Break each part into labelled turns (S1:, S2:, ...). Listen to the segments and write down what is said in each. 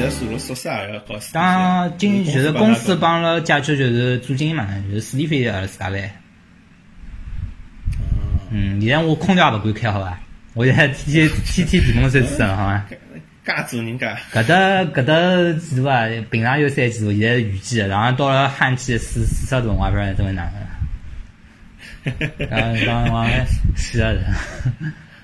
S1: 司也要搞事体。
S2: 当然，经就是公司帮了解决，就是租金嘛，就是水电费也是自家来。嗯，现在我空调也勿敢开，好伐？我现在天天天天电风扇吹，好伐？
S1: 介做人家，
S2: 搿搭搿搭季度啊，平常有三季度，现在是雨季，然后到了旱季四四十度，我也勿晓得怎么哪能。然后然后死了人。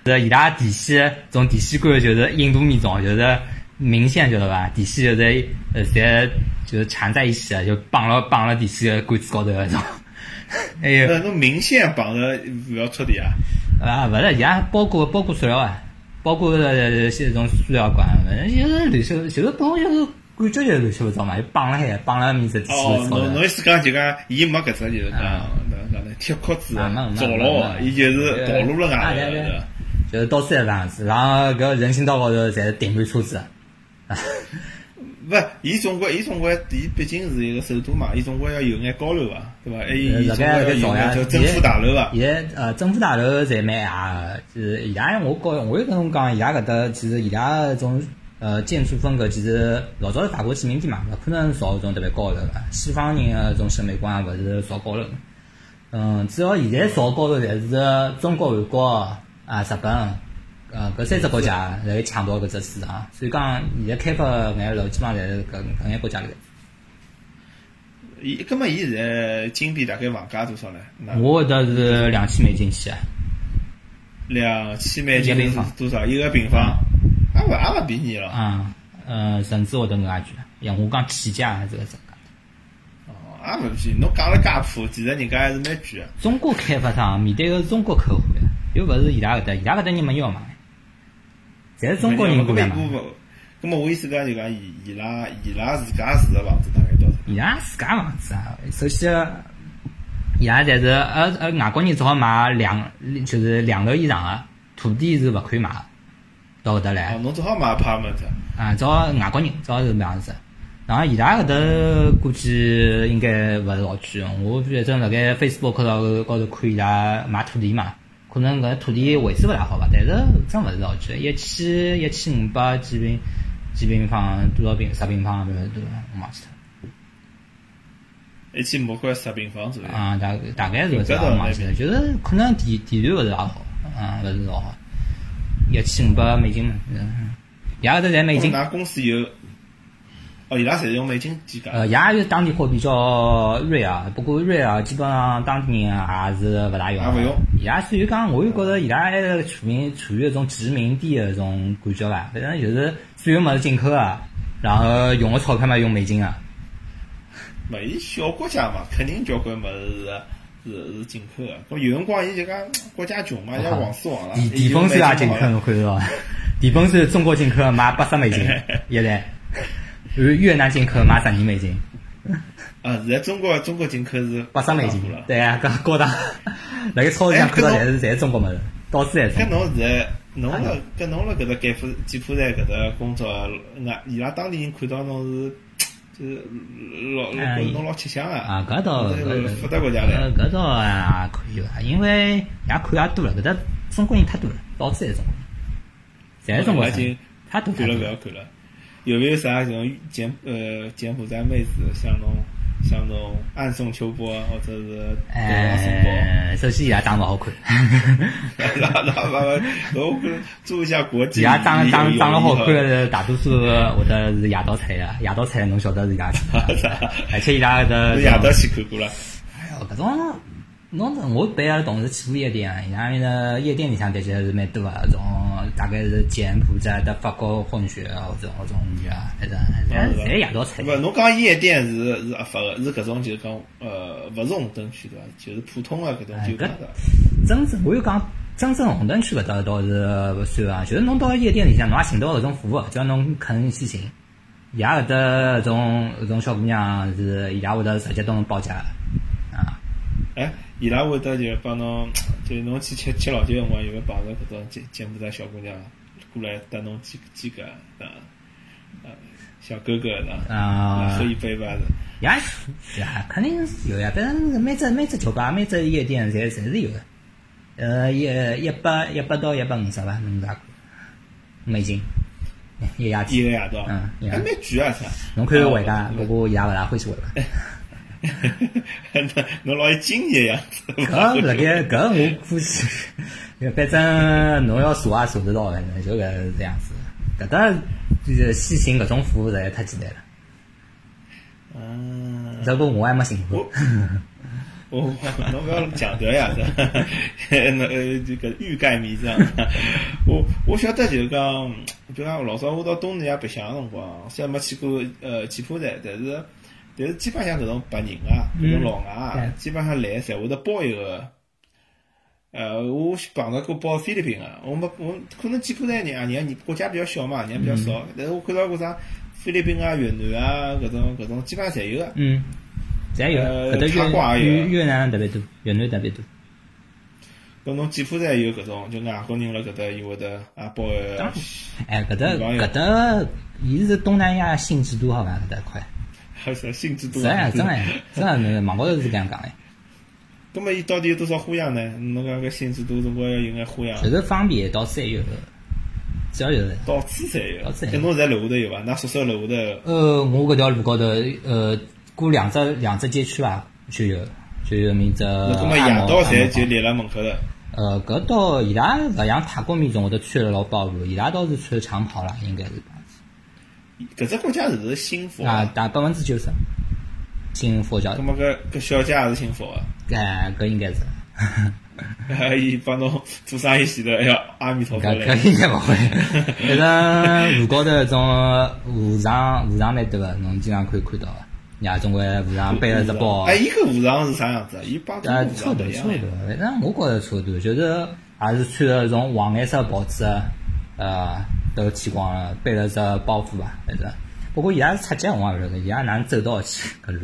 S2: 是伊拉电线从电线杆就是印度面种，就是明线晓得伐？电线就是呃，侪就是缠在一起啊的，就绑了绑了电线杆子高头那种。 哎还 有
S1: 那侬明线绑着勿要触电啊？
S2: 啊，勿是，伊拉包裹包裹塑料啊，包裹呃些种塑料管，反正就是乱七，就是本来就是感觉就是乱七八糟嘛，就绑了海，绑了面子电线
S1: 哦
S2: 杆，子高头
S1: 侬。侬意思讲就讲，伊没搿只就是讲哪能讲呢？铁壳子
S2: 啊没没
S1: 造
S2: 没
S1: 牢，
S2: 没
S1: 伊就是
S2: 呃
S1: 暴露了
S2: 啊
S1: 外头
S2: 对对
S1: 是吧。
S2: 就是到处侪是样子，然后搿人行道高头侪是停满车子。
S1: 勿，伊总归，伊总归，伊毕竟是一个首都嘛，伊总归要有眼高楼伐，对伐？还有伊
S2: 辣
S1: 总归
S2: 盖
S1: 要
S2: 辣盖
S1: 有
S2: 造呀
S1: 眼，叫政府大楼啊伐？
S2: 现在呃，政府大楼侪蛮矮个，就是呃伊拉我告我也跟侬讲，伊拉搿搭其实伊拉搿种呃建筑风格其实老早是法国殖民地嘛，勿可能造搿种特别高楼个。西方人个搿种审美观也勿是造高楼的。嗯，主要现在造高楼侪是中国、韩国啊、日本。呃，搿三只国家辣盖抢夺搿只市场，所以讲现在开发的眼楼基本上侪是搿搿眼国家辣盖。
S1: 伊，葛末伊现在金币大概房价多少呢？那
S2: 我搿搭是两千美金起啊。
S1: 两千美金
S2: 一个平
S1: 是
S2: 方
S1: 多少？一个平方，也勿也勿便宜了。
S2: 啊，呃，甚至会得搿能介句，呀，我讲起价这个这个，
S1: 哦，也勿便宜。侬讲了介破，其实人家还是蛮贵个。
S2: 中国开发商面对个中国客户呀，又勿是伊拉搿搭，伊拉搿搭人没要嘛，侪是中国人过来
S1: 嘛
S2: 嘛，。
S1: 葛末我意思讲就讲，伊伊拉伊拉自家住个房子大概多少？
S2: 伊拉自家房子啊，首先伊拉侪是呃呃外国人只好买两就是两楼以上个土地是勿可以买的，到搿搭来
S1: 哦，。侬只好买 apartment。
S2: 啊，主要外国人主要是搿样子。然后伊拉搿搭估计应该勿是老贵，我反正辣盖 Facebook 高头高头看伊拉买土地嘛，可能搿土地位置勿大好伐，但是真勿是老贵，一千一千五百几平几平方多少平十平方勿晓得多少，我忘记
S1: 一千五百块十平方左右
S2: 脱。啊，大大概是搿只我忘记脱，就是可能地地段勿是老好，啊勿是老好，一千五百美金嘛，嗯伊拉搿搭侪美金。
S1: 㑚公司有，哦，伊拉侪是用美金计价。
S2: 呃，也有当地货币呃叫瑞尔，不过瑞尔基本上当地人也是勿大用啊
S1: 也
S2: 的。
S1: 勿用
S2: 伊拉所以讲，我就觉着伊拉还是处于处于一种殖民地的一种感觉伐，反正就是所有物事进口啊，然后用个钞票嘛用美金啊。
S1: 嘛，伊小国家嘛，肯定交关物事啊是是是进口个。咾有辰光伊就讲国家穷嘛，要黄丝黄了，
S2: 电
S1: 伊
S2: 电
S1: 就
S2: 风扇
S1: 买
S2: 也
S1: 进
S2: 进口，
S1: 口了
S2: 侬看到 伐？电风扇中国进口卖八十 美金一台，越越南进口卖十二美金，
S1: 啊，现在中国中国进口是
S2: 八十美金
S1: 高了。
S2: 对啊，搿高档， 辣盖超市上看到
S1: 哎搿
S2: 侪是侪是中国物事，到处侪是中
S1: 跟
S2: 国。
S1: 侬现在侬
S2: 哎
S1: 辣跟侬辣搿只柬埔柬埔寨搿只工作，那伊拉当地人看到侬是就是老老觉
S2: 哎
S1: 得侬老吃香个
S2: 啊，搿倒
S1: 对
S2: 搿
S1: 对
S2: 搿
S1: 发达国家嘞
S2: 搿倒啊可以伐？因为也看也多了，搿搭中国人太多了，到处侪是中国人，侪是中国
S1: 已经
S2: 人，太多太
S1: 看了勿
S2: 多了。
S1: 要看了。有没有啥这种柬呃柬埔寨妹子像侬像侬暗送秋波啊或者是暗送波？
S2: 哎，首先伊拉长得勿好看，
S1: 那那那侬注意一下国际
S2: 伊拉长长长得好看
S1: 友谊
S2: 的，大多数会得是夜到菜啊，夜到菜侬晓得是夜 到菜，而且伊拉搿
S1: 好。
S2: 搭
S1: 啊夜到去看过了，
S2: 哎呦，搿种，侬我陪阿拉同事去过夜店啊，伊拉面个夜店里向的确是蛮多啊，种大概是柬埔寨的法国混血啊，或者或者女啊，反正
S1: 嗯
S2: 侪夜到菜。
S1: 勿侬讲夜店是是合法个，是搿种就是讲呃勿是红灯区对伐？就是普通个搿
S2: 哎
S1: 种酒吧对伐？
S2: 真正我就讲，真正红灯区搿搭倒是算啊，就是侬到夜店里向，侬也寻到搿种服务，只要侬肯去寻。伊拉搿搭搿种搿种小姑娘是伊拉会得直接帮侬报价的啊。
S1: 哎，伊拉会得就是帮侬，就是侬去吃吃老酒的辰光，有没有碰着搿种柬柬埔寨小姑娘过来搭侬几几个啊啊小哥哥呢？
S2: 啊
S1: 喝一杯吧的。
S2: 也是啊，肯定是有呀。反正每只每只酒吧、每只夜店，侪侪是有的。呃，一一百一百到一百五十吧，侬大概美金。一个夜
S1: 一
S2: 天
S1: 个，夜到，
S2: 嗯一
S1: 还
S2: 个
S1: 蛮贵啊，啥？
S2: 侬看回
S1: 啊
S2: 答， 不过伊拉勿大欢喜回答。
S1: 侬侬老有经验样子。
S2: 搿辣盖搿我估计，反正侬要查也查得到的，反正就搿是这样子。搿搭就是西行搿种服务实在太简单了，
S1: 嗯，
S2: 只不过我还没寻过
S1: 我。我侬勿要强调呀， 是吧？那呃，这个欲盖弥彰。啊我我晓得就是讲，就讲老早我到东南亚白相个辰光，虽然没去过呃柬埔寨，但是但是基本上搿种白人啊，搿种老外
S2: 对
S1: 啊，基本上来侪会得包一个。呃，我是碰到过包菲律宾个，我没我可能柬埔寨人啊，人家国家比较小嘛，人家比较少，但是我看到过啥菲律宾啊、越南啊搿种搿种，基本上侪有个。
S2: 嗯，侪有，
S1: 呃
S2: 搿
S1: 插挂
S2: 搭
S1: 也
S2: 越
S1: 有
S2: 越越南特别多，越南特别多。
S1: 搿侬柬埔寨有搿种，就外国人辣搿搭伊会得啊包
S2: 当
S1: 个
S2: 然，哎，搿搭
S1: 地方有
S2: 搿搭，伊是东南亚新之都，好伐？搿搭块，
S1: 还是性质多
S2: 是哎，真哎，真哎，网高头是搿样讲哎，
S1: 葛末伊到底有多少花样呢？侬讲搿性质多，总归要有眼花
S2: 就
S1: 样。
S2: 是方便到三月，主要就是。
S1: 到处侪有
S2: 到，处侪有
S1: 哎侬在楼下头有伐？㑚宿舍楼下头
S2: 呃，我搿条路高头，呃，过两只两只街区伐，就有就有面只
S1: 有，葛
S2: 按
S1: 末
S2: 摩
S1: 夜
S2: 按
S1: 到
S2: 摩
S1: 侪就
S2: 房。
S1: 立辣门口头。
S2: 呃，搿倒伊拉勿像泰国面种，会得穿了老暴露，伊拉倒是穿长袍啦，应该是
S1: 搿只国家是不是新佛
S2: 啊，
S1: 啊？
S2: 大百分之九十信佛教
S1: 葛，末搿搿小姐也是信佛啊。
S2: 哎，搿应该是，
S1: 哎伊帮侬做生意前头，哎呀，阿弥陀佛
S2: 搿
S1: 嘞！
S2: 搿应该勿会。 反正路高头搿种和尚和尚蛮多个，侬经常可以看到个，伢总归和尚背了只包。
S1: 哎，伊搿和尚是啥样子啊？伊帮普
S2: 呃，
S1: 通和
S2: 差
S1: 尚
S2: 不
S1: 不
S2: 多，
S1: 一
S2: 差
S1: 样
S2: 不
S1: 的
S2: 多。反正我觉着差不多，就是还是穿了种黄颜色袍子，啊呃，都剃光了，背了只包袱吧，反正。不过伊拉是出家，我也勿晓得，伊拉哪能走到一起搿路。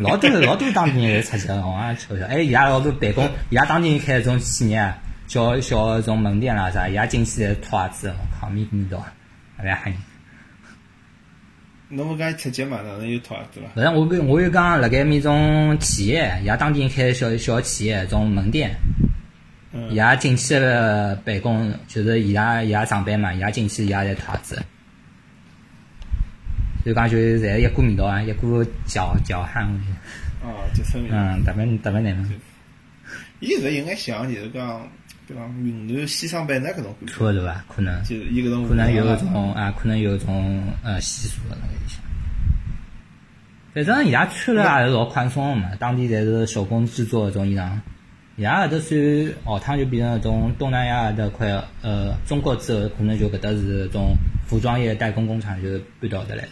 S2: 老多老多当地人侪出家，我也吃勿晓得。哎，伊拉老多办公，伊拉当地人开搿种企业，小小的种门店啦啥，伊拉进去侪脱鞋子，我靠，面面到，勿来吓人。
S1: 侬勿讲伊出节嘛？哪能又脱鞋子了？
S2: 反正我跟我又讲，辣盖面种企业，伊拉当地人开小小企业，种门店。伊
S1: 嗯，
S2: 拉进去了办公，就是伊拉伊拉上班嘛，伊拉进去伊拉在脱鞋子，就讲就是侪一股味道啊，一股脚脚汗味，
S1: 哦，就说明。
S2: 嗯，特别特别难闻，
S1: 伊现在有眼像，就是讲，比方云南西双版纳搿种感觉，
S2: 差勿多吧，啊可能
S1: 就是伊搿种
S2: 可能有
S1: 文
S2: 一
S1: 化
S2: 种啊，可能有一种呃习俗的那个里向。反正伊拉穿了也是老宽松的嘛，当地侪是手工制作的种衣裳。伊拉搿搭算后哦趟就变成搿种东南亚搿块，呃，中国之后可能就搿搭是搿种服装业代工工厂就搬到搿搭来。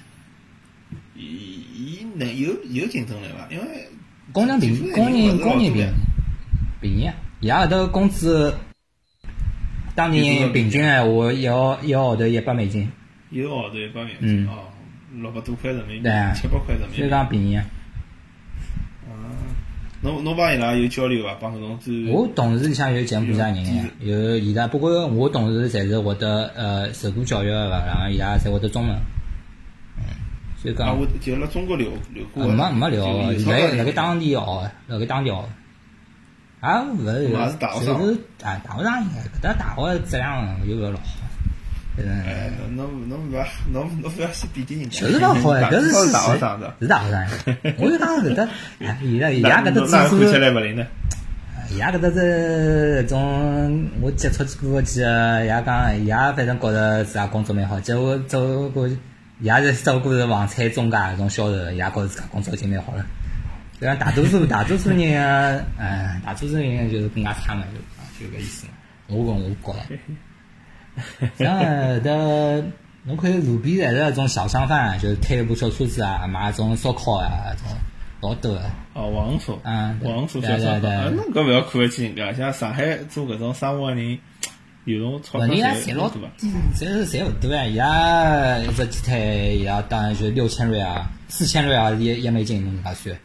S1: 伊伊能有有竞争力伐？因为
S2: 工人
S1: 其
S2: 便
S1: 实
S2: 工
S1: 也
S2: 人
S1: 不是老
S2: 工人
S1: 多
S2: 便
S1: 呀
S2: 便宜啊！伊拉搿搭工资，当地人平均闲话一个一个号头一百美金，
S1: 一个号头一百美
S2: 嗯
S1: 金哦，六百多块人民币
S2: 对啊，
S1: 七百块人民
S2: 所以
S1: 币。
S2: 讲便宜啊。
S1: 侬侬帮伊拉有交流伐？帮搿种做
S2: 我同事里向有柬埔寨人哎，
S1: 嗯
S2: 有伊拉，不过我同事侪是会得呃受过教育个伐，然后伊拉侪会得中文。嗯，所以
S1: 啊，
S2: 讲
S1: 我就辣中国留留过
S2: 呃
S1: 的，
S2: 没没聊
S1: 就
S2: 个，
S1: 有钞票
S2: 辣盖
S1: 人
S2: 辣盖当地学个，辣盖当地学个。啊，勿是
S1: 嘛是大学生
S2: 就是啊，大学生应该搿搭大学质量又勿是老好，反正。
S1: 哎，侬侬侬勿要侬侬勿要去贬低人家，
S2: 就是勿好哎，搿是
S1: 是
S2: 事
S1: 大学
S2: 实
S1: 生的，。
S2: 是大学生哎。我就讲 搿搭，哎伊拉伊拉
S1: 哪
S2: 搿
S1: 哪
S2: 搭
S1: 看
S2: 只
S1: 起
S2: 是，
S1: 来勿灵呢？
S2: 伊哎拉搿搭是搿种我接触过几个，伊拉讲伊拉反正觉着自家工作蛮好，结果只不过伊拉是只不过是房产中介搿种销售，伊拉觉着自家工作已经蛮好了。对啊伐？大多数大多数人啊，哎，大多数人就是更加差嘛，就就搿意思嘛。我跟我觉着。像搿搭，侬看路边侪是那种小商贩，啊就是推一部小车子啊，卖搿种烧烤啊，搿种老多个。
S1: 哦，王叔，
S2: 嗯对
S1: 王叔
S2: 对
S1: 小商
S2: 对
S1: 贩，啊
S2: 对
S1: 侬搿勿要看得起人家，像上海做搿种生活的人，有种钞票
S2: 人家
S1: 侪
S2: 赚
S1: 老
S2: 老
S1: 多伐？
S2: 低，侪嗯是侪勿多呀。伊拉一只鸡腿啊也要当然就六千瑞啊，四千瑞啊，一一美金侬搿算，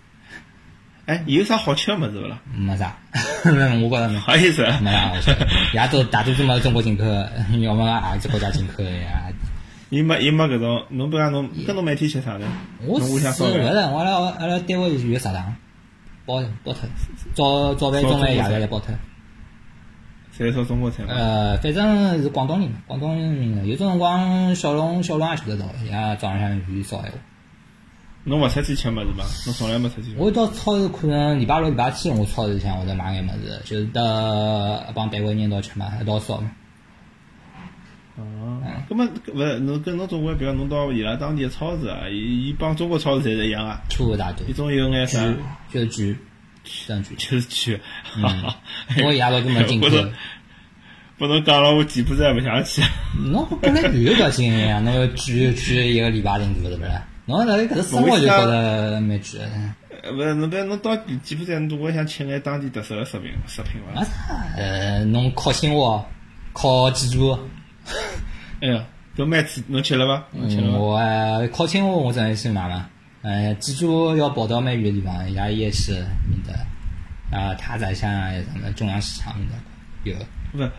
S1: 哎，有啥好吃的物事勿啦？
S2: 没啥。 我觉着没
S1: 不。好意思啊，
S2: 没啥，我晓得，伊拉都大多数嘛是中国进口的，要么啊只国家进口的呀。
S1: 伊没伊没搿种，侬比如讲侬跟侬每天吃啥呢？
S2: 我
S1: 侬
S2: 是
S1: 屋
S2: 勿
S1: 里向
S2: 是，
S1: 烧
S2: 我
S1: 饭，
S2: 阿拉阿拉单位有食堂，包包脱，早早饭、中饭、夜饭侪包脱。
S1: 侪侪是烧中国菜嘛。
S2: 呃，反正是广东人嘛，广东人的。有种辰光小龙小龙也晓得烧，伊拉早浪向有烧闲话。
S1: 侬勿出去吃物事嘛？侬从来没出去。
S2: 我到超市可能礼拜六、礼拜天，我超市里向会得买眼物事，就是得帮班会人一道吃嘛，一道烧嘛。
S1: 哦，
S2: 嗯
S1: 葛么勿是侬跟侬总归，比如侬到伊拉当地的超市啊，伊伊帮中国超市侪是一样啊，
S2: 差勿大多
S1: 伊，总有眼啥
S2: 猪就是猪，真猪。
S1: 就是 去，哈哈。
S2: 我也老久没进去
S1: 我
S2: 了
S1: 都。不能讲了，我柬埔寨勿想去。
S2: 侬本来旅游不要紧呀，侬要去去一个礼拜定住是不是？侬辣盖搿个生活就觉得蛮贵的。
S1: 呃勿是，侬别侬到柬埔寨，侬总归想吃眼当地特色的食品食品伐
S2: 没？啥，呃，侬烤青蛙，烤蜘蛛，
S1: 哎呀，搿蛮子侬吃了伐？侬吃
S2: 嗯
S1: 了伐？
S2: 我呃烤青蛙我真的去买嘛。呃，蜘蛛要跑到蛮远的地方，伊拉夜市里面的，啊，塔仔巷啊，什么中央市场里面的有。
S1: 勿是，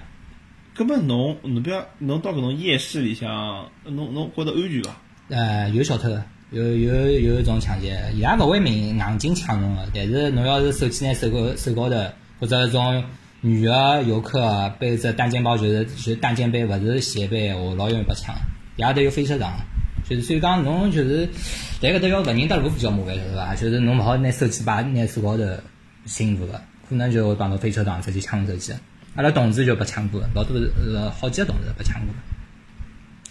S1: 搿么侬侬不要侬到搿种夜市里向，侬侬觉得安全伐？
S2: 呃，有小偷的，有有有一种抢劫，伊拉勿会明硬劲抢侬个，但是侬要是手机拿手高手高头，或者一种女个游客啊背着单肩包，就是就是单肩背，勿是斜背，我老容易被抢。伊拉都有飞车场，就是所以讲侬就是，但搿搭要勿认得路比较麻烦，晓得伐？就是侬勿好拿手机摆拿手高头寻住个，可能就会碰到飞车党直接抢手机。阿拉同事就被抢过，老多呃好几个同事被抢过，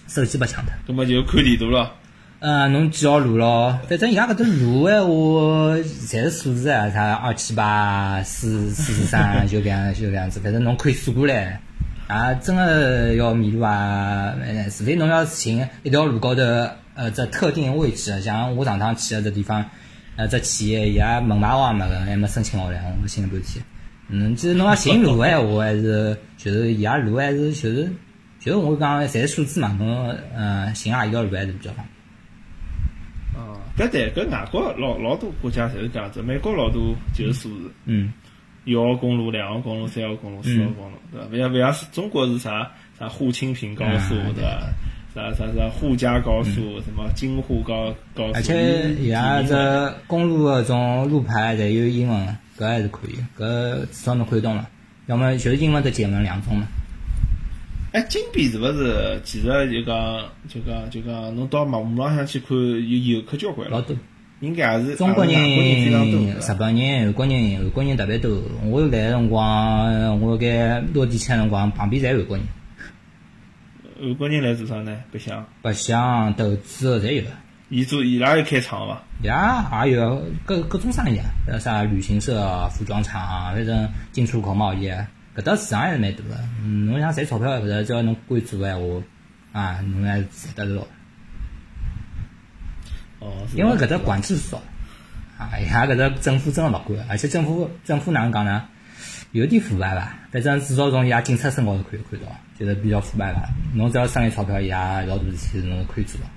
S2: 手机被抢脱。
S1: 搿么就看地图了。
S2: 呃，侬几号路咯？反正伊拉搿搭路诶话，侪是数字啊，啥二七八、四四十三，就搿样就搿样子。反正侬可以数过来，啊，真个要迷路啊，呃除非侬要寻一条路高头呃只特定位置，啊像我上趟去个只地方，呃只企业伊拉门牌号也没个，还没呃申请好唻，我寻了半天。嗯，其实侬要寻路诶话，还是就是伊拉路还是就是就是我讲侪是数字嘛，侬呃寻阿一条路还是比较方便。
S1: 啊，搿对，搿外国老老多国家侪是搿样子，美国老多就是数字，
S2: 嗯，
S1: 一号公路、两号公路、三号公路、四号公路，对伐？勿像勿像是中国是啥啥沪青平高速，
S2: 嗯
S1: 对伐？啥啥啥沪嘉高速，什么京沪高高速，
S2: 而且伊拉
S1: 嗯
S2: 这公路搿种路牌侪有英文，搿还是可以，搿至少能看得懂嘛。要么就是英文和简文两种嘛。
S1: 哎，金边是勿是？其实就讲就讲就讲，侬到马路浪向去看，有游客交关
S2: 老
S1: 了，
S2: 多
S1: 应该也是
S2: 中国
S1: 也
S2: 人、
S1: 是外国人非常多，
S2: 日
S1: 是吧
S2: 本人、韩国人、韩国人特别多。我来的辰光，我该落地签辰光，旁边侪韩国人，
S1: 韩国人来做啥呢？白相，
S2: 白相、投资的侪有的。
S1: 伊做伊拉也开厂伐？
S2: 伊拉也啊有各各种生意啊，呃啥旅行社啊、服装厂啊，反正进出口贸易啊，搿搭市场还是蛮大个。嗯，侬想赚钞票，勿是只要侬关注个闲话，啊，侬还是赚得到。
S1: 哦，是
S2: 因为
S1: 伐
S2: 搿搭管制少，啊，伊拉搿搭政府真个勿管，而且政府政府哪能讲呢？有点腐败伐，反正至少从伊拉警察身高头可以看到，就是比较腐败伐。侬只要省眼钞票，伊拉老大事体侬可以做到。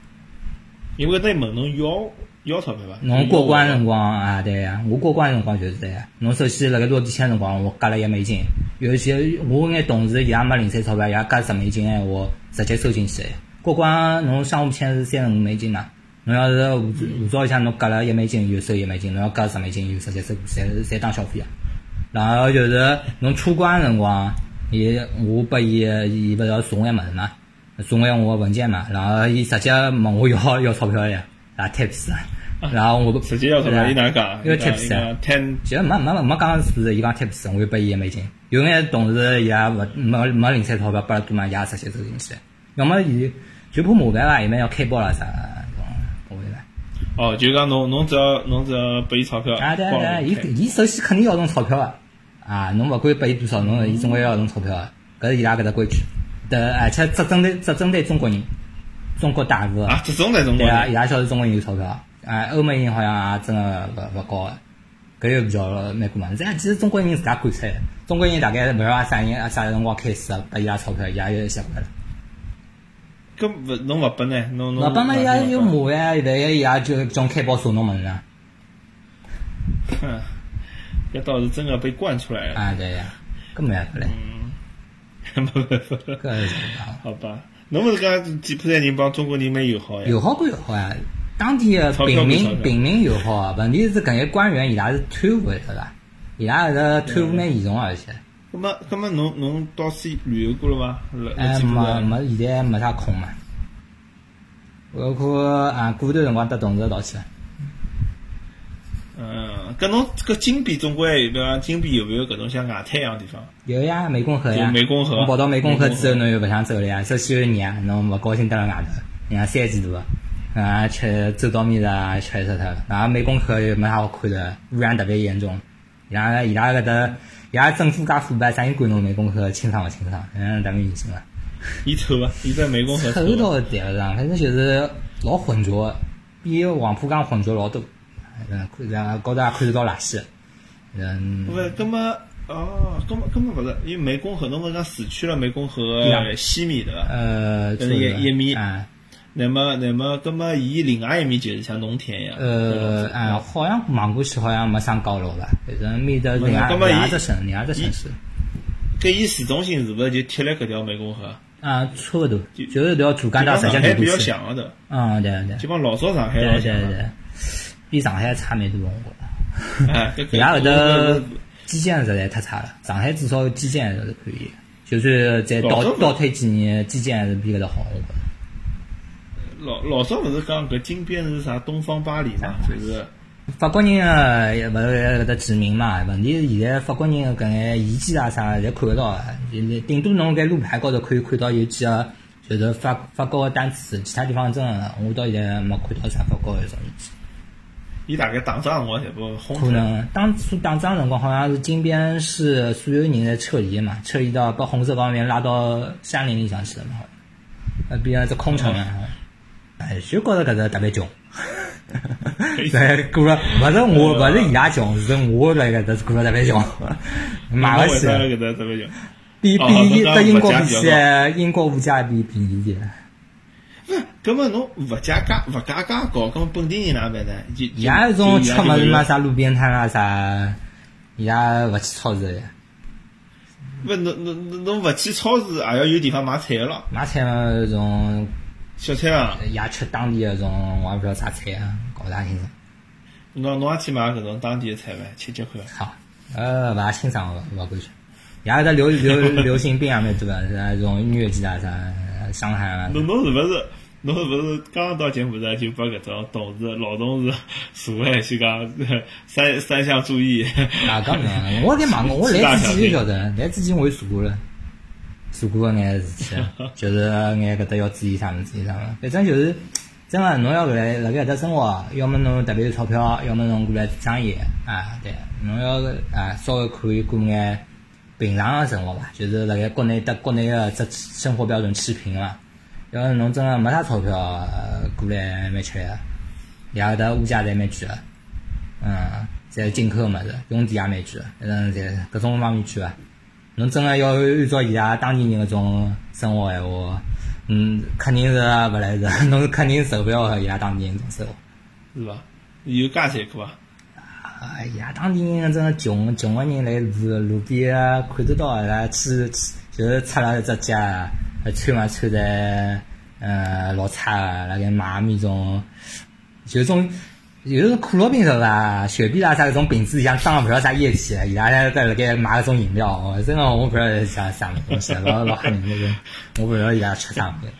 S1: 因为搿搭问侬要要钞票伐？
S2: 侬过关辰光啊，对呀、我过关辰光就是这样。侬首先辣盖落地签辰光，我夹了一美金，有些我眼同事伊拉没零散钞票，伊拉夹十美金闲话，直接收进去。过关侬商务签是三十五美金嘛，侬要是护照护照里向侬夹了一美金，又收一美金；侬要夹十美金，又直接收，侪侪当消费啊。然后就是侬出关辰光，伊我拨伊，伊勿是要送眼物事嘛，送眼我个文件嘛，然后伊直接问我要 要钞票呀，啊 tips 啊，然后我
S1: 直接要钞票，伊哪能讲？
S2: 啊要
S1: 伊讲
S2: tips
S1: 伊
S2: 啊
S1: 讲 ten
S2: 其实没没没讲数字，伊讲 tips，我就拨伊一美金。有眼同事伊也勿没没零散钞票，拨了多嘛，伊也直接收进去。要么伊就怕麻烦啦，伊们要开包啦啥，我明白。
S1: 哦，就讲侬侬只要侬只要拨伊钞票，
S2: 啊对啊
S1: 帮
S2: 对啊，
S1: 侬
S2: 伊
S1: 开
S2: 伊首先肯定要侬钞票啊！啊，侬勿管拨伊多少，侬伊总归要侬钞票啊！搿是伊拉搿只规矩。得，而且只针对只针对中国人，中国大陆
S1: 啊，这种来种
S2: 对
S1: 国
S2: 啊，
S1: 人
S2: 伊拉晓得中国人有钞票啊，啊，欧美人好像也真个勿勿高个，搿又比较蛮过嘛。这其实中国人自家观察，中国人大概勿晓得啥人啊啥辰光开始啊，拨伊拉钞票，伊拉就习惯了。
S1: 搿勿侬勿拨呢？侬侬
S2: 勿拨嘛，伊拉
S1: 侬
S2: 有麻烦啊，万一伊拉就种开包送侬物事啊。
S1: 哼 搿倒是真个被惯出来了，
S2: 啊，对呀，搿没办法唻，
S1: 没办法了。
S2: 搿是搿样。
S1: 嗯好吧，侬勿是讲柬埔寨人帮中国人蛮友好呀？
S2: 友好归友好呀，啊当地的平
S1: 钞票归钞
S2: 民
S1: 票
S2: 平民友好啊。问题是搿些官员伊拉是贪污的，晓得伐？伊拉搿个贪污蛮严重啊，而且
S1: 那么，那么侬侬到处旅游过了吗？
S2: 哎，
S1: 基本
S2: 没
S1: 上
S2: 没，现在没啥空嘛。包括啊，过段辰光搭同事一道去了。
S1: 嗯，搿侬搿金边总归，比方金边有没有搿种像外滩一样的地方？
S2: 有呀，湄公河呀，
S1: 有湄公河
S2: 我跑到湄公河之后，
S1: 湄公河
S2: 侬又勿想走了呀，首先热，侬勿高兴蹲辣外头，人家三季度，啊吃走到面啊吃死脱，然后湄公河又没啥好看的，污染特别严重，伊拉伊拉搿搭，伊拉政府介腐败，啥人管侬湄公河清爽勿清爽？嗯，咱们疑心了。
S1: 伊丑伐？伊在湄公河
S2: 臭
S1: 伐？
S2: 到谈勿上，反正就是老浑浊的，比黄浦江浑浊老多。嗯，看然后高头也看得到垃圾。嗯，
S1: 勿是，搿么哦，搿么搿么勿是，因为湄公河侬勿是讲市区了湄公河
S2: 对啊
S1: 西面对伐？
S2: 呃，
S1: 但是也也迷
S2: 啊，
S1: 那么那么搿么伊另外一面就是像农田一样。
S2: 呃，
S1: 嗯
S2: 啊，好像忙过去好像没上高楼吧，反正面的
S1: 没
S2: 另
S1: 有
S2: 外
S1: 嗯那
S2: 另
S1: 么
S2: 外
S1: 伊
S2: 只省，另外只城市。
S1: 搿伊市中心是勿是就贴辣搿条湄公河？
S2: 啊，差不多，就是条主干
S1: 就
S2: 道
S1: 帮
S2: 直
S1: 上
S2: 接
S1: 海
S2: 流
S1: 比较
S2: 过去。
S1: 像个对伐？
S2: 嗯，对对
S1: 就帮老早上海老
S2: 对对
S1: 像的。
S2: 对，比上海差蛮多，我觉得。
S1: 哎，搿
S2: 伊拉
S1: 搿
S2: 搿搭基建实在太差了，上海至少基建还是可以，就算再
S1: 老早
S2: 倒
S1: 嘛
S2: 倒退几年，基建还是比搿搭好，我觉着。
S1: 老老早勿是讲搿金边是啥东方巴黎
S2: 啊
S1: 嘛？就是
S2: 法国人啊，也勿是搿搭殖民嘛，问题是现在法国人搿眼遗迹啊啥，侪看勿到啊，就是顶多侬搿路牌高头可以看到有几个就是法法国个单词，其他地方真的我到现在没看到啥法国搿种遗迹。
S1: 伊大概打仗辰光全部轰
S2: 可
S1: 出来。
S2: 能当初打仗辰光，好像是金边是所有人侪撤离嘛，撤离到把红色高原拉到山林里向去了嘛，好像呃，变成只空城了。
S1: 嗯
S2: 哎，就觉着搿只特别穷。 哎，过了，勿是我，
S1: 啊
S2: 勿是伊拉穷，是我辣搿只过了 特别穷，买勿
S1: 为
S2: 起
S1: 啥。搿搭特别穷？
S2: 比
S1: 哦
S2: 比
S1: 那
S2: 跟英国比
S1: 物价
S2: 起
S1: 比较
S2: 来，英国物价比便宜点。
S1: 搿么侬物价价物价介高，搿么本地人哪办呢？就
S2: 伊拉搿种吃物事嘛，
S1: 嘛？
S2: 啥路边摊啊啥，伊拉勿去超市的呀。
S1: 勿侬侬侬侬勿去超市，也要有地方买菜个咯，
S2: 买菜嘛，搿种
S1: 小菜啊场。
S2: 也吃呃当地的种，我也不晓得啥菜啊，搞啥清爽。
S1: 侬侬也去买搿种当地的菜伐？吃吃看。
S2: 好，呃，勿大清爽，勿勿感觉。伊拉搿流流流行病也啊蛮多的，啥种音乐季啊啥，呃上海啊，
S1: 侬侬是勿是？侬是勿是刚刚到柬埔寨就把搿种同事、老同事坐下来去讲三三项注意？
S2: 哪讲呢？啊我在忙，我来之前就晓得，来之前我就查过了，查过搿眼事体，就是眼搿搭要注意啥物事，注意啥物事，反正就是真个，侬要来辣盖搿搭生活，要么侬特别有钞票，要么侬过来做生意啊，对，侬要啊稍微可以过眼平常个生活伐，就是辣盖国内搭国内个只生活标准持平伐。要是侬真个没啥钞票，呃过来蛮吃力个，伊拉搿搭物价侪蛮贵个。嗯，侪是进口么子，用地也蛮贵的，反正侪各种方面贵伐。侬真个要按照伊拉当地人搿种生活闲话，嗯，肯定是勿来事， 侬是肯定受勿了伊拉当地人搿种生活。
S1: 是伐？有介残酷伐？
S2: 啊，伊拉当地人真个穷，穷个人来路路边啊看得到啊，拉去去就是擦了一只脚啊，穿嘛穿得呃老差啊，辣盖买面种，就种有种可乐瓶是伐？雪碧啦啥搿种瓶子里向装勿晓得啥液体，伊拉在辣盖买搿种饮料，哦真个我勿晓得啥啥东西，老老吓人那种，我勿晓得伊拉吃啥物事。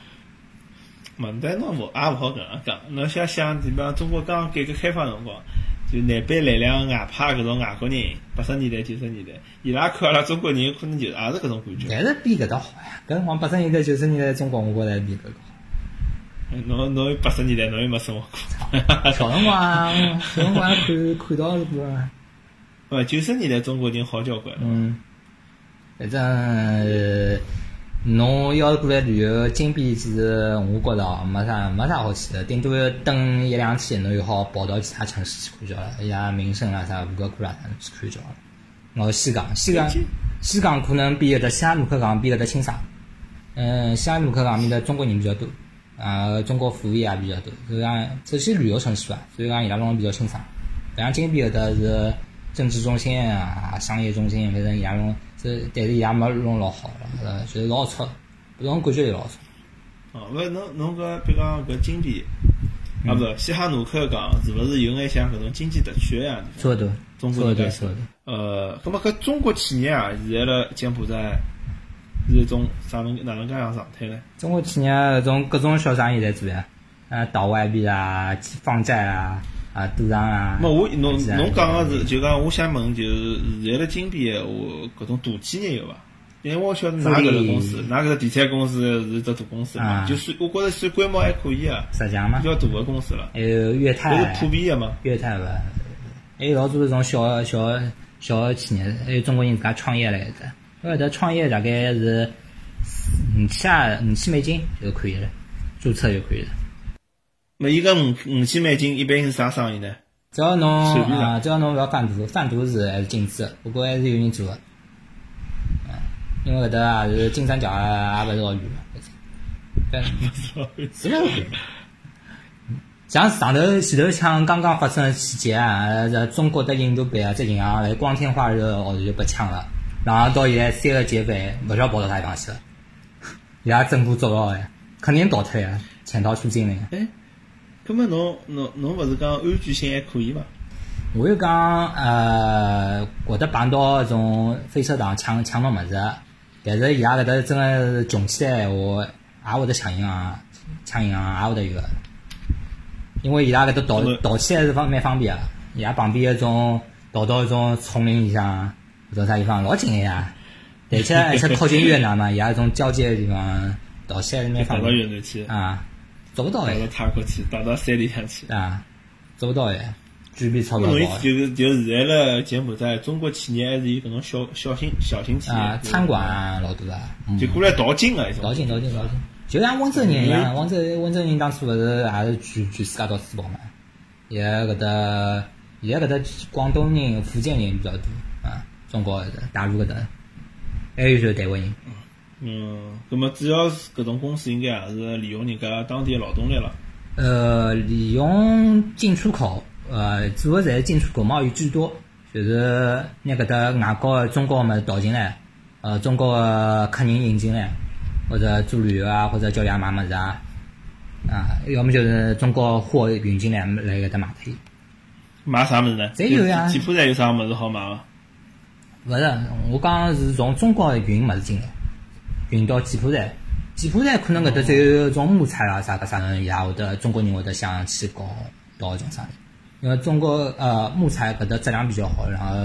S1: 嘛，但侬勿也勿好搿能讲。侬想想，比方中国刚刚改革开放辰光，就难边来两个外派搿种外国人，八十年代、九十年代，伊拉看阿拉中国人，可能就也是搿种感觉。
S2: 但是比搿搭好呀，搿辰光八十年代九十年代中国，我觉着比搿个好。
S1: 侬侬八十年代侬又没生活过，
S2: 小辰光，啊小 辰光看看到过啊。
S1: 勿呃九十年代中国人好交关。
S2: 嗯，反正呃侬要是过来旅游，金边其实我觉着哦没啥没啥好去的，顶多等一两天，侬又好跑到其他城市去看瞧了，伊拉名胜啊啥、吴哥窟啦啥去看瞧了。然后西港，西港
S1: 对其，
S2: 西港可能比搿个西哈努克港比搿个清爽。嗯，西哈努克港面的中国人比较多，啊、中国服务业也比较多，所以讲这些旅游城市吧，所以讲伊拉弄得比较清爽。反正金边搿搭是政治中心啊、商业中心，反正伊拉弄，这但是伊拉没弄老好了，呃，就是老糙，搿种感觉就老糙。
S1: 啊哦，勿是侬侬搿比如讲搿金边，
S2: 嗯
S1: 啊，不，西哈努克港是勿是有眼像搿种经济特区一样的地
S2: 差勿多，
S1: 中
S2: 差
S1: 国
S2: 勿
S1: 人
S2: 多，
S1: 家
S2: 差勿多。
S1: 方？呃，葛末搿中国企业啊，现在辣柬埔寨是一种啥能哪能介样状态呢？
S2: 中国企业搿种各种小生意侪做呀，啊，倒外币啊，去放债啊，啊，赌场啊。
S1: 么我侬
S2: 是啊
S1: 侬讲个是，就讲我想问，就是现在的金边闲话，搿种大企业有伐？因为我晓得㑚搿个公司
S2: 所，以
S1: 㑚搿个地产公司是只大公司嘛，
S2: 啊
S1: 就算我觉着算规模还可以啊，
S2: 石墙嘛
S1: 比，较大个公司了，
S2: 还有啊粤
S1: 搿
S2: 泰
S1: 是，普遍个嘛。
S2: 粤泰伐，还有老多搿种小的小的小的企业，还有中国人自家创业了搿搭，因为搿搭创业大概是五千五千美金就可以了，注册就可以了。
S1: 那伊搿五五千美金一般是啥生意呢？
S2: 只要侬
S1: 随便啦
S2: 啊，只要侬勿要贩毒，贩毒是还是禁止的，不过还是有人做的。嗯，因为搿搭也是金三角啊也也勿是老远嘛，但是勿远。像上头前头抢刚刚发生的抢劫啊，呃，这中国的印度版啊，这银行来光天化日的哦就被抢了，然后到现在三个劫匪勿晓得跑到啥地方去了，伊拉政府抓牢了呀，肯定倒退啊，潜逃出境了呀。
S1: 哎，葛末侬侬侬勿是讲安全性还可以嘛？
S2: 我就讲，呃，会得碰到搿种飞车党抢抢侬物事，但是伊拉搿搭真个是穷起来闲话，也会得抢银行，抢银行也会得有个，因为伊拉搿搭逃
S1: 那
S2: 逃起来是方蛮方便个，伊拉旁边搿种逃到搿种丛林里向，搿种啥地方老近个呀，而且而且靠近越南嘛，伊拉搿种交界个地方逃起来是蛮
S1: 打
S2: 方
S1: 到
S2: 便
S1: 越南去
S2: 的，啊，做勿到
S1: 打
S2: 哎
S1: 到，泰国去，打到山里向去。
S2: 啊，做勿到哎，举杯钞
S1: 那
S2: 票
S1: 么侬意
S2: 跑
S1: 思就是，就现在了柬埔寨，中国企业还是有搿种小小型小型企业
S2: 啊，餐馆啊，老多啊，嗯
S1: 就过来淘金啊个一种。
S2: 老近老近老近，就像温州人一样，温州温州人当初勿是也是全全世界到处跑嘛，现在搿搭现在搿搭广东人、福建人比较多啊，中国搿搭大陆搿搭，还有就是台湾人，
S1: 嗯，葛么主要是搿种公司应该也是利用人家当地的劳动力了。
S2: 呃，利用进出口，呃，主要侪是进出口贸易居多，就是拿搿搭外国的呃中国的物事导进来，呃，中国的客人引进来，或者做旅游啊，或者叫伊拉买物事啊，啊，要么就是中国货运进来来搿搭卖脱伊。
S1: 买啥物事呢？
S2: 侪有呀
S1: 柬埔寨有啥物事好买伐？
S2: 勿是，我讲是从中国运物事进来，运到柬埔寨。柬埔寨可能搿搭只有种木材啊啥搿啥能伊拉会得中国人会得想去搞搞搿种生意，因为中国呃木材搿搭质量比较好，然后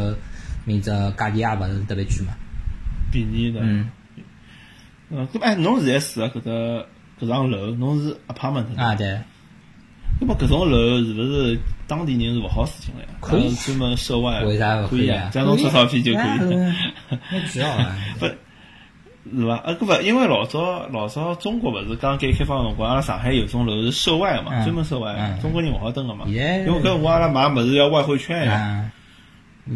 S2: 面只价钿也勿是特别贵嘛。
S1: 便宜的。
S2: 嗯
S1: 嗯，葛么哎，侬现在住的搿个搿幢楼，侬是 apartment 对伐
S2: 啊对，
S1: 那么搿种楼是勿是当地人是勿好事情了呀？
S2: 可以
S1: 呃专门涉外，
S2: 为啥勿
S1: 可
S2: 以
S1: 以啊
S2: 啊？
S1: 只要侬出照片就可以，
S2: 以。那主要啊，
S1: 不 是伐？啊，搿勿因为老早老早中国勿是刚改革开放的辰光，阿拉上海有种楼是涉外嘛，
S2: 嗯
S1: 专门涉外，
S2: 嗯
S1: 中国人勿好登个嘛。
S2: 现在
S1: 因为搿辰光阿拉买物事要外汇券呀，
S2: 啊，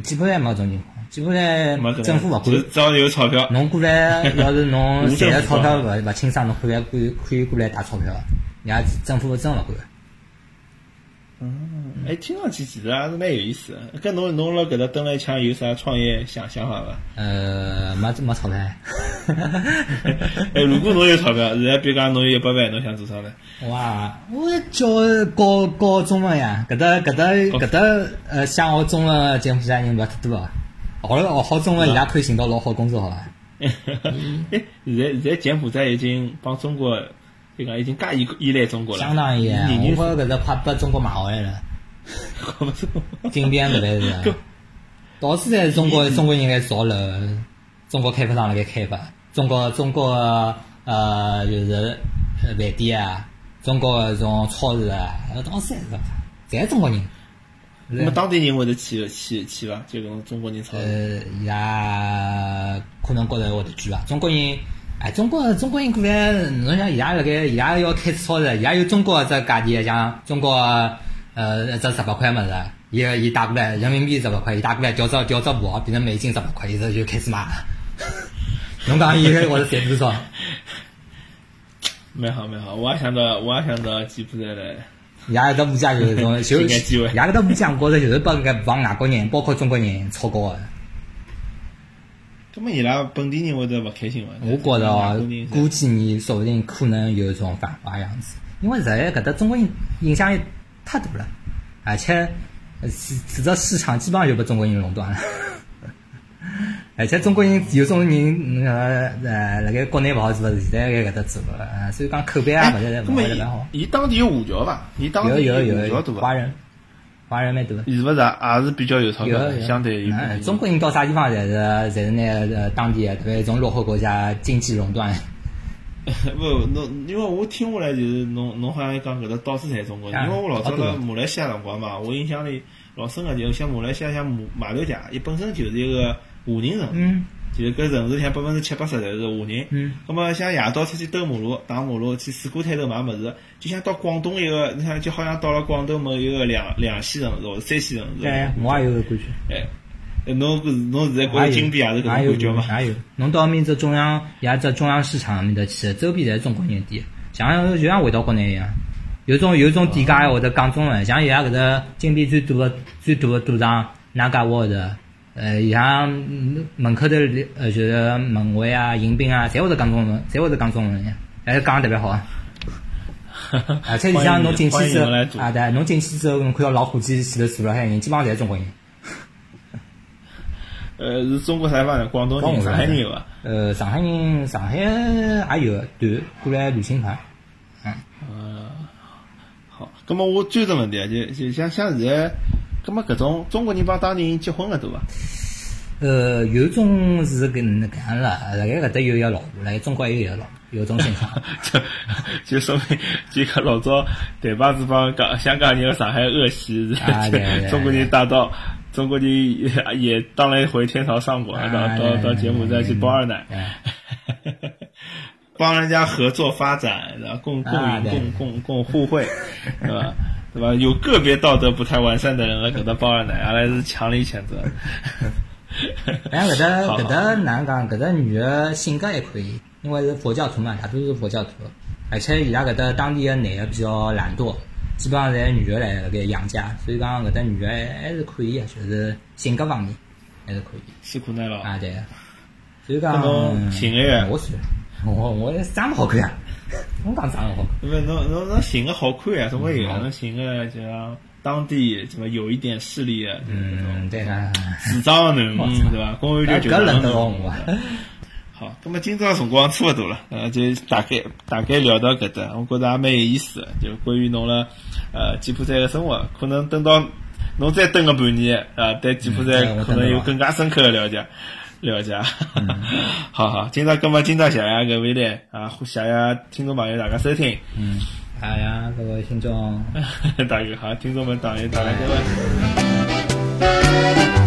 S2: 柬埔寨没搿种情况，柬埔寨
S1: 没搿能
S2: 嗯政府勿
S1: 就
S2: 管
S1: 是。只要有钞票，
S2: 侬过来，要是侬
S1: 无
S2: 赚
S1: 政
S2: 了
S1: 府
S2: 钞票
S1: 啊
S2: 勿勿清爽，侬可以可以可以过来打钞票，人家政府真勿管。
S1: 哎，听上去其实还是蛮有意思的。搿侬侬辣搿搭蹲了一腔，有啥创业想想法伐？
S2: 呃，没没钞票，
S1: 哎，如果侬有钞票，现在比如讲侬有一百万，侬想做啥呢？
S2: 哇！我教教教中文呀，搿搭搿搭搿搭呃，想学中文的柬埔寨人勿要太多啊。学了学好中文，伊拉可以寻到老好工作，好伐？
S1: 哎，现在现在柬埔寨已经帮中国，就讲已经介依依赖中国了，
S2: 相当于啊，
S1: 人
S2: 我
S1: 人
S2: 觉着搿搭快被中国买回来了，
S1: 靠不住。
S2: 金边勿来是
S1: 搿
S2: 啊，到处侪是中国中国人来造楼，中国开发商辣盖开发，中国中国的呃就是呃饭店啊，中国的这种超市啊，到处侪是，侪是中国人。
S1: 那么当地人会得去去去伐？就搿种中国人炒的。
S2: 呃，伊拉可能觉着会得贵啊伐？中国人，哎，中国中国人过来，侬想伊拉辣盖，伊拉要开超市，伊拉有中国的只价钿，像中国的呃只十八块物事，伊伊带过来人民币十八块，伊带过来调只调只布啊，变成美金十八块，伊这就开始卖了。侬讲伊会得赚多少？
S1: 蛮好蛮好，我也想到我也想到柬埔寨来。
S2: 伊拉搿搭物价 就是种，就
S1: 应该机会
S2: 伊拉搿搭物价，我觉着就是帮搿帮外国人，包括中国人炒高的。
S1: 葛么伊拉本地人会得勿开心伐？
S2: 我觉着
S1: 外
S2: 哦
S1: 国人，是
S2: 过几年说不定可能有一种繁华样子，因为实在搿搭中国影影响力太大了，而且呃市制造市场基本上就被中国人垄断了。而且中国人有种人，呃呃，辣盖国内勿好做，现在在搿搭做，呃所以讲口碑啊，勿是
S1: 哎，
S2: 勿
S1: 么
S2: 是蛮好。
S1: 伊伊当地有华侨伐？伊当
S2: 有
S1: 地
S2: 有
S1: 华侨
S2: 有
S1: 多伐
S2: 华？人，华人蛮多的。
S1: 是勿是啊也是比较有钞
S2: 有
S1: 票的，
S2: 有
S1: 相对于
S2: 嗯中国人到啥地方侪是侪是拿呃当地的特别是从落后国家经济垄断，
S1: 不，侬因为我听下来就是侬侬好像讲搿搭到处侪是中国人，
S2: 啊
S1: 因为我老早
S2: 老多
S1: 辣马来西亚辰光嘛，我印象里老深个就是像马来西亚像马马六甲，伊本身就是一个华人城，
S2: 嗯
S1: 就是搿城市像百分之七八十侪是华人。
S2: 嗯，
S1: 咁么像夜到出去兜马路、打马路、去水果摊头买物事，就像到广东一个，你像就好像到了广东某一个两两线城市或者三线城市。
S2: 对，哎啊我也有搿感觉。
S1: 哎，侬侬现在觉着
S2: 也有，
S1: 金币也是搿种感觉 嘛？
S2: 也有。侬到面只中央，伊拉只中央市场面搭去，周边侪是中国人店，像就像回到国内一样。有种有种店家还会得讲中文，像伊拉搿只金边最大个最大个赌场哪家沃的，呃，伊拉嗯门口头呃就是门卫啊、迎宾啊，侪会得讲中文，侪会得讲中文呀，还讲得特别好啊。而且你像侬进去
S1: 欢迎
S2: 之后
S1: 侬来做
S2: 啊，对，侬进去之后，侬看到老虎机前头坐了海人，基本上侪是中国人。
S1: 呃，是中国啥地方人？广东人、上海人有伐？
S2: 呃，上海人，上海也有团过来旅行团，嗯，
S1: 嗯，好，咁么我追问问题啊，就就像像现在，咁么搿种中国人帮当地人结婚个多伐？
S2: 呃，有种是搿能搿样了，辣盖搿搭有一个老婆，辣盖中国也有一个老婆，有种现象。
S1: 就就说明就讲老早台巴子帮港香港人和上海恶习，
S2: 啊对对
S1: 是
S2: 对
S1: 中国人打到中国人也也当了一回天朝上国，
S2: 啊
S1: 到到
S2: 对
S1: 到柬埔寨去包二奶
S2: 对，
S1: 帮人家合作发展，然后共共
S2: 啊
S1: 赢
S2: 对
S1: 共共共互惠，对吧？ 对吧？有个别道德不太完善的人来给他包二奶，阿拉是强力谴责。
S2: 但哎搿搭
S1: 好好
S2: 搿搭哪能讲？搿搭女的性格还可以，因为是佛教徒嘛，大多数是佛教徒，而且伊拉搿搭当地的男的比较懒惰，基本上侪是女的来辣盖养家，所以讲搿搭女的还是可以的，啊就是性格方面还是可以。
S1: 吃苦耐劳
S2: 啊，对。所以讲嗯
S1: 搿侬，寻个呀
S2: 我算，我我长得好看 啊，我讲长得好看。
S1: 因为侬侬侬寻个好看啊，总归有啊，侬寻个就像当地什么有一点势力啊，就是这种
S2: 嗯，对啊。
S1: 市长的
S2: 我
S1: 囡
S2: 操
S1: 嗯对吧？公安
S2: 哎
S1: 局局
S2: 搿
S1: 长的
S2: 冷得
S1: 囡
S2: 慌我。
S1: 好，那么今朝辰光差不多了，呃，就大概大概聊到搿搭，我觉着也蛮有意思的，就关于侬了呃柬埔寨的生活，可能等到侬再等个半年，啊，对柬埔寨
S2: 嗯对我
S1: 可
S2: 等到
S1: 能有
S2: 了
S1: 更加深刻的了解。了 解，好好，今朝，葛么今朝谢谢各位嘞，啊，谢谢听众朋友大家收听，
S2: 嗯，哎呀，各位听众。
S1: 大家好，听众们，大家大家再会。
S3: thank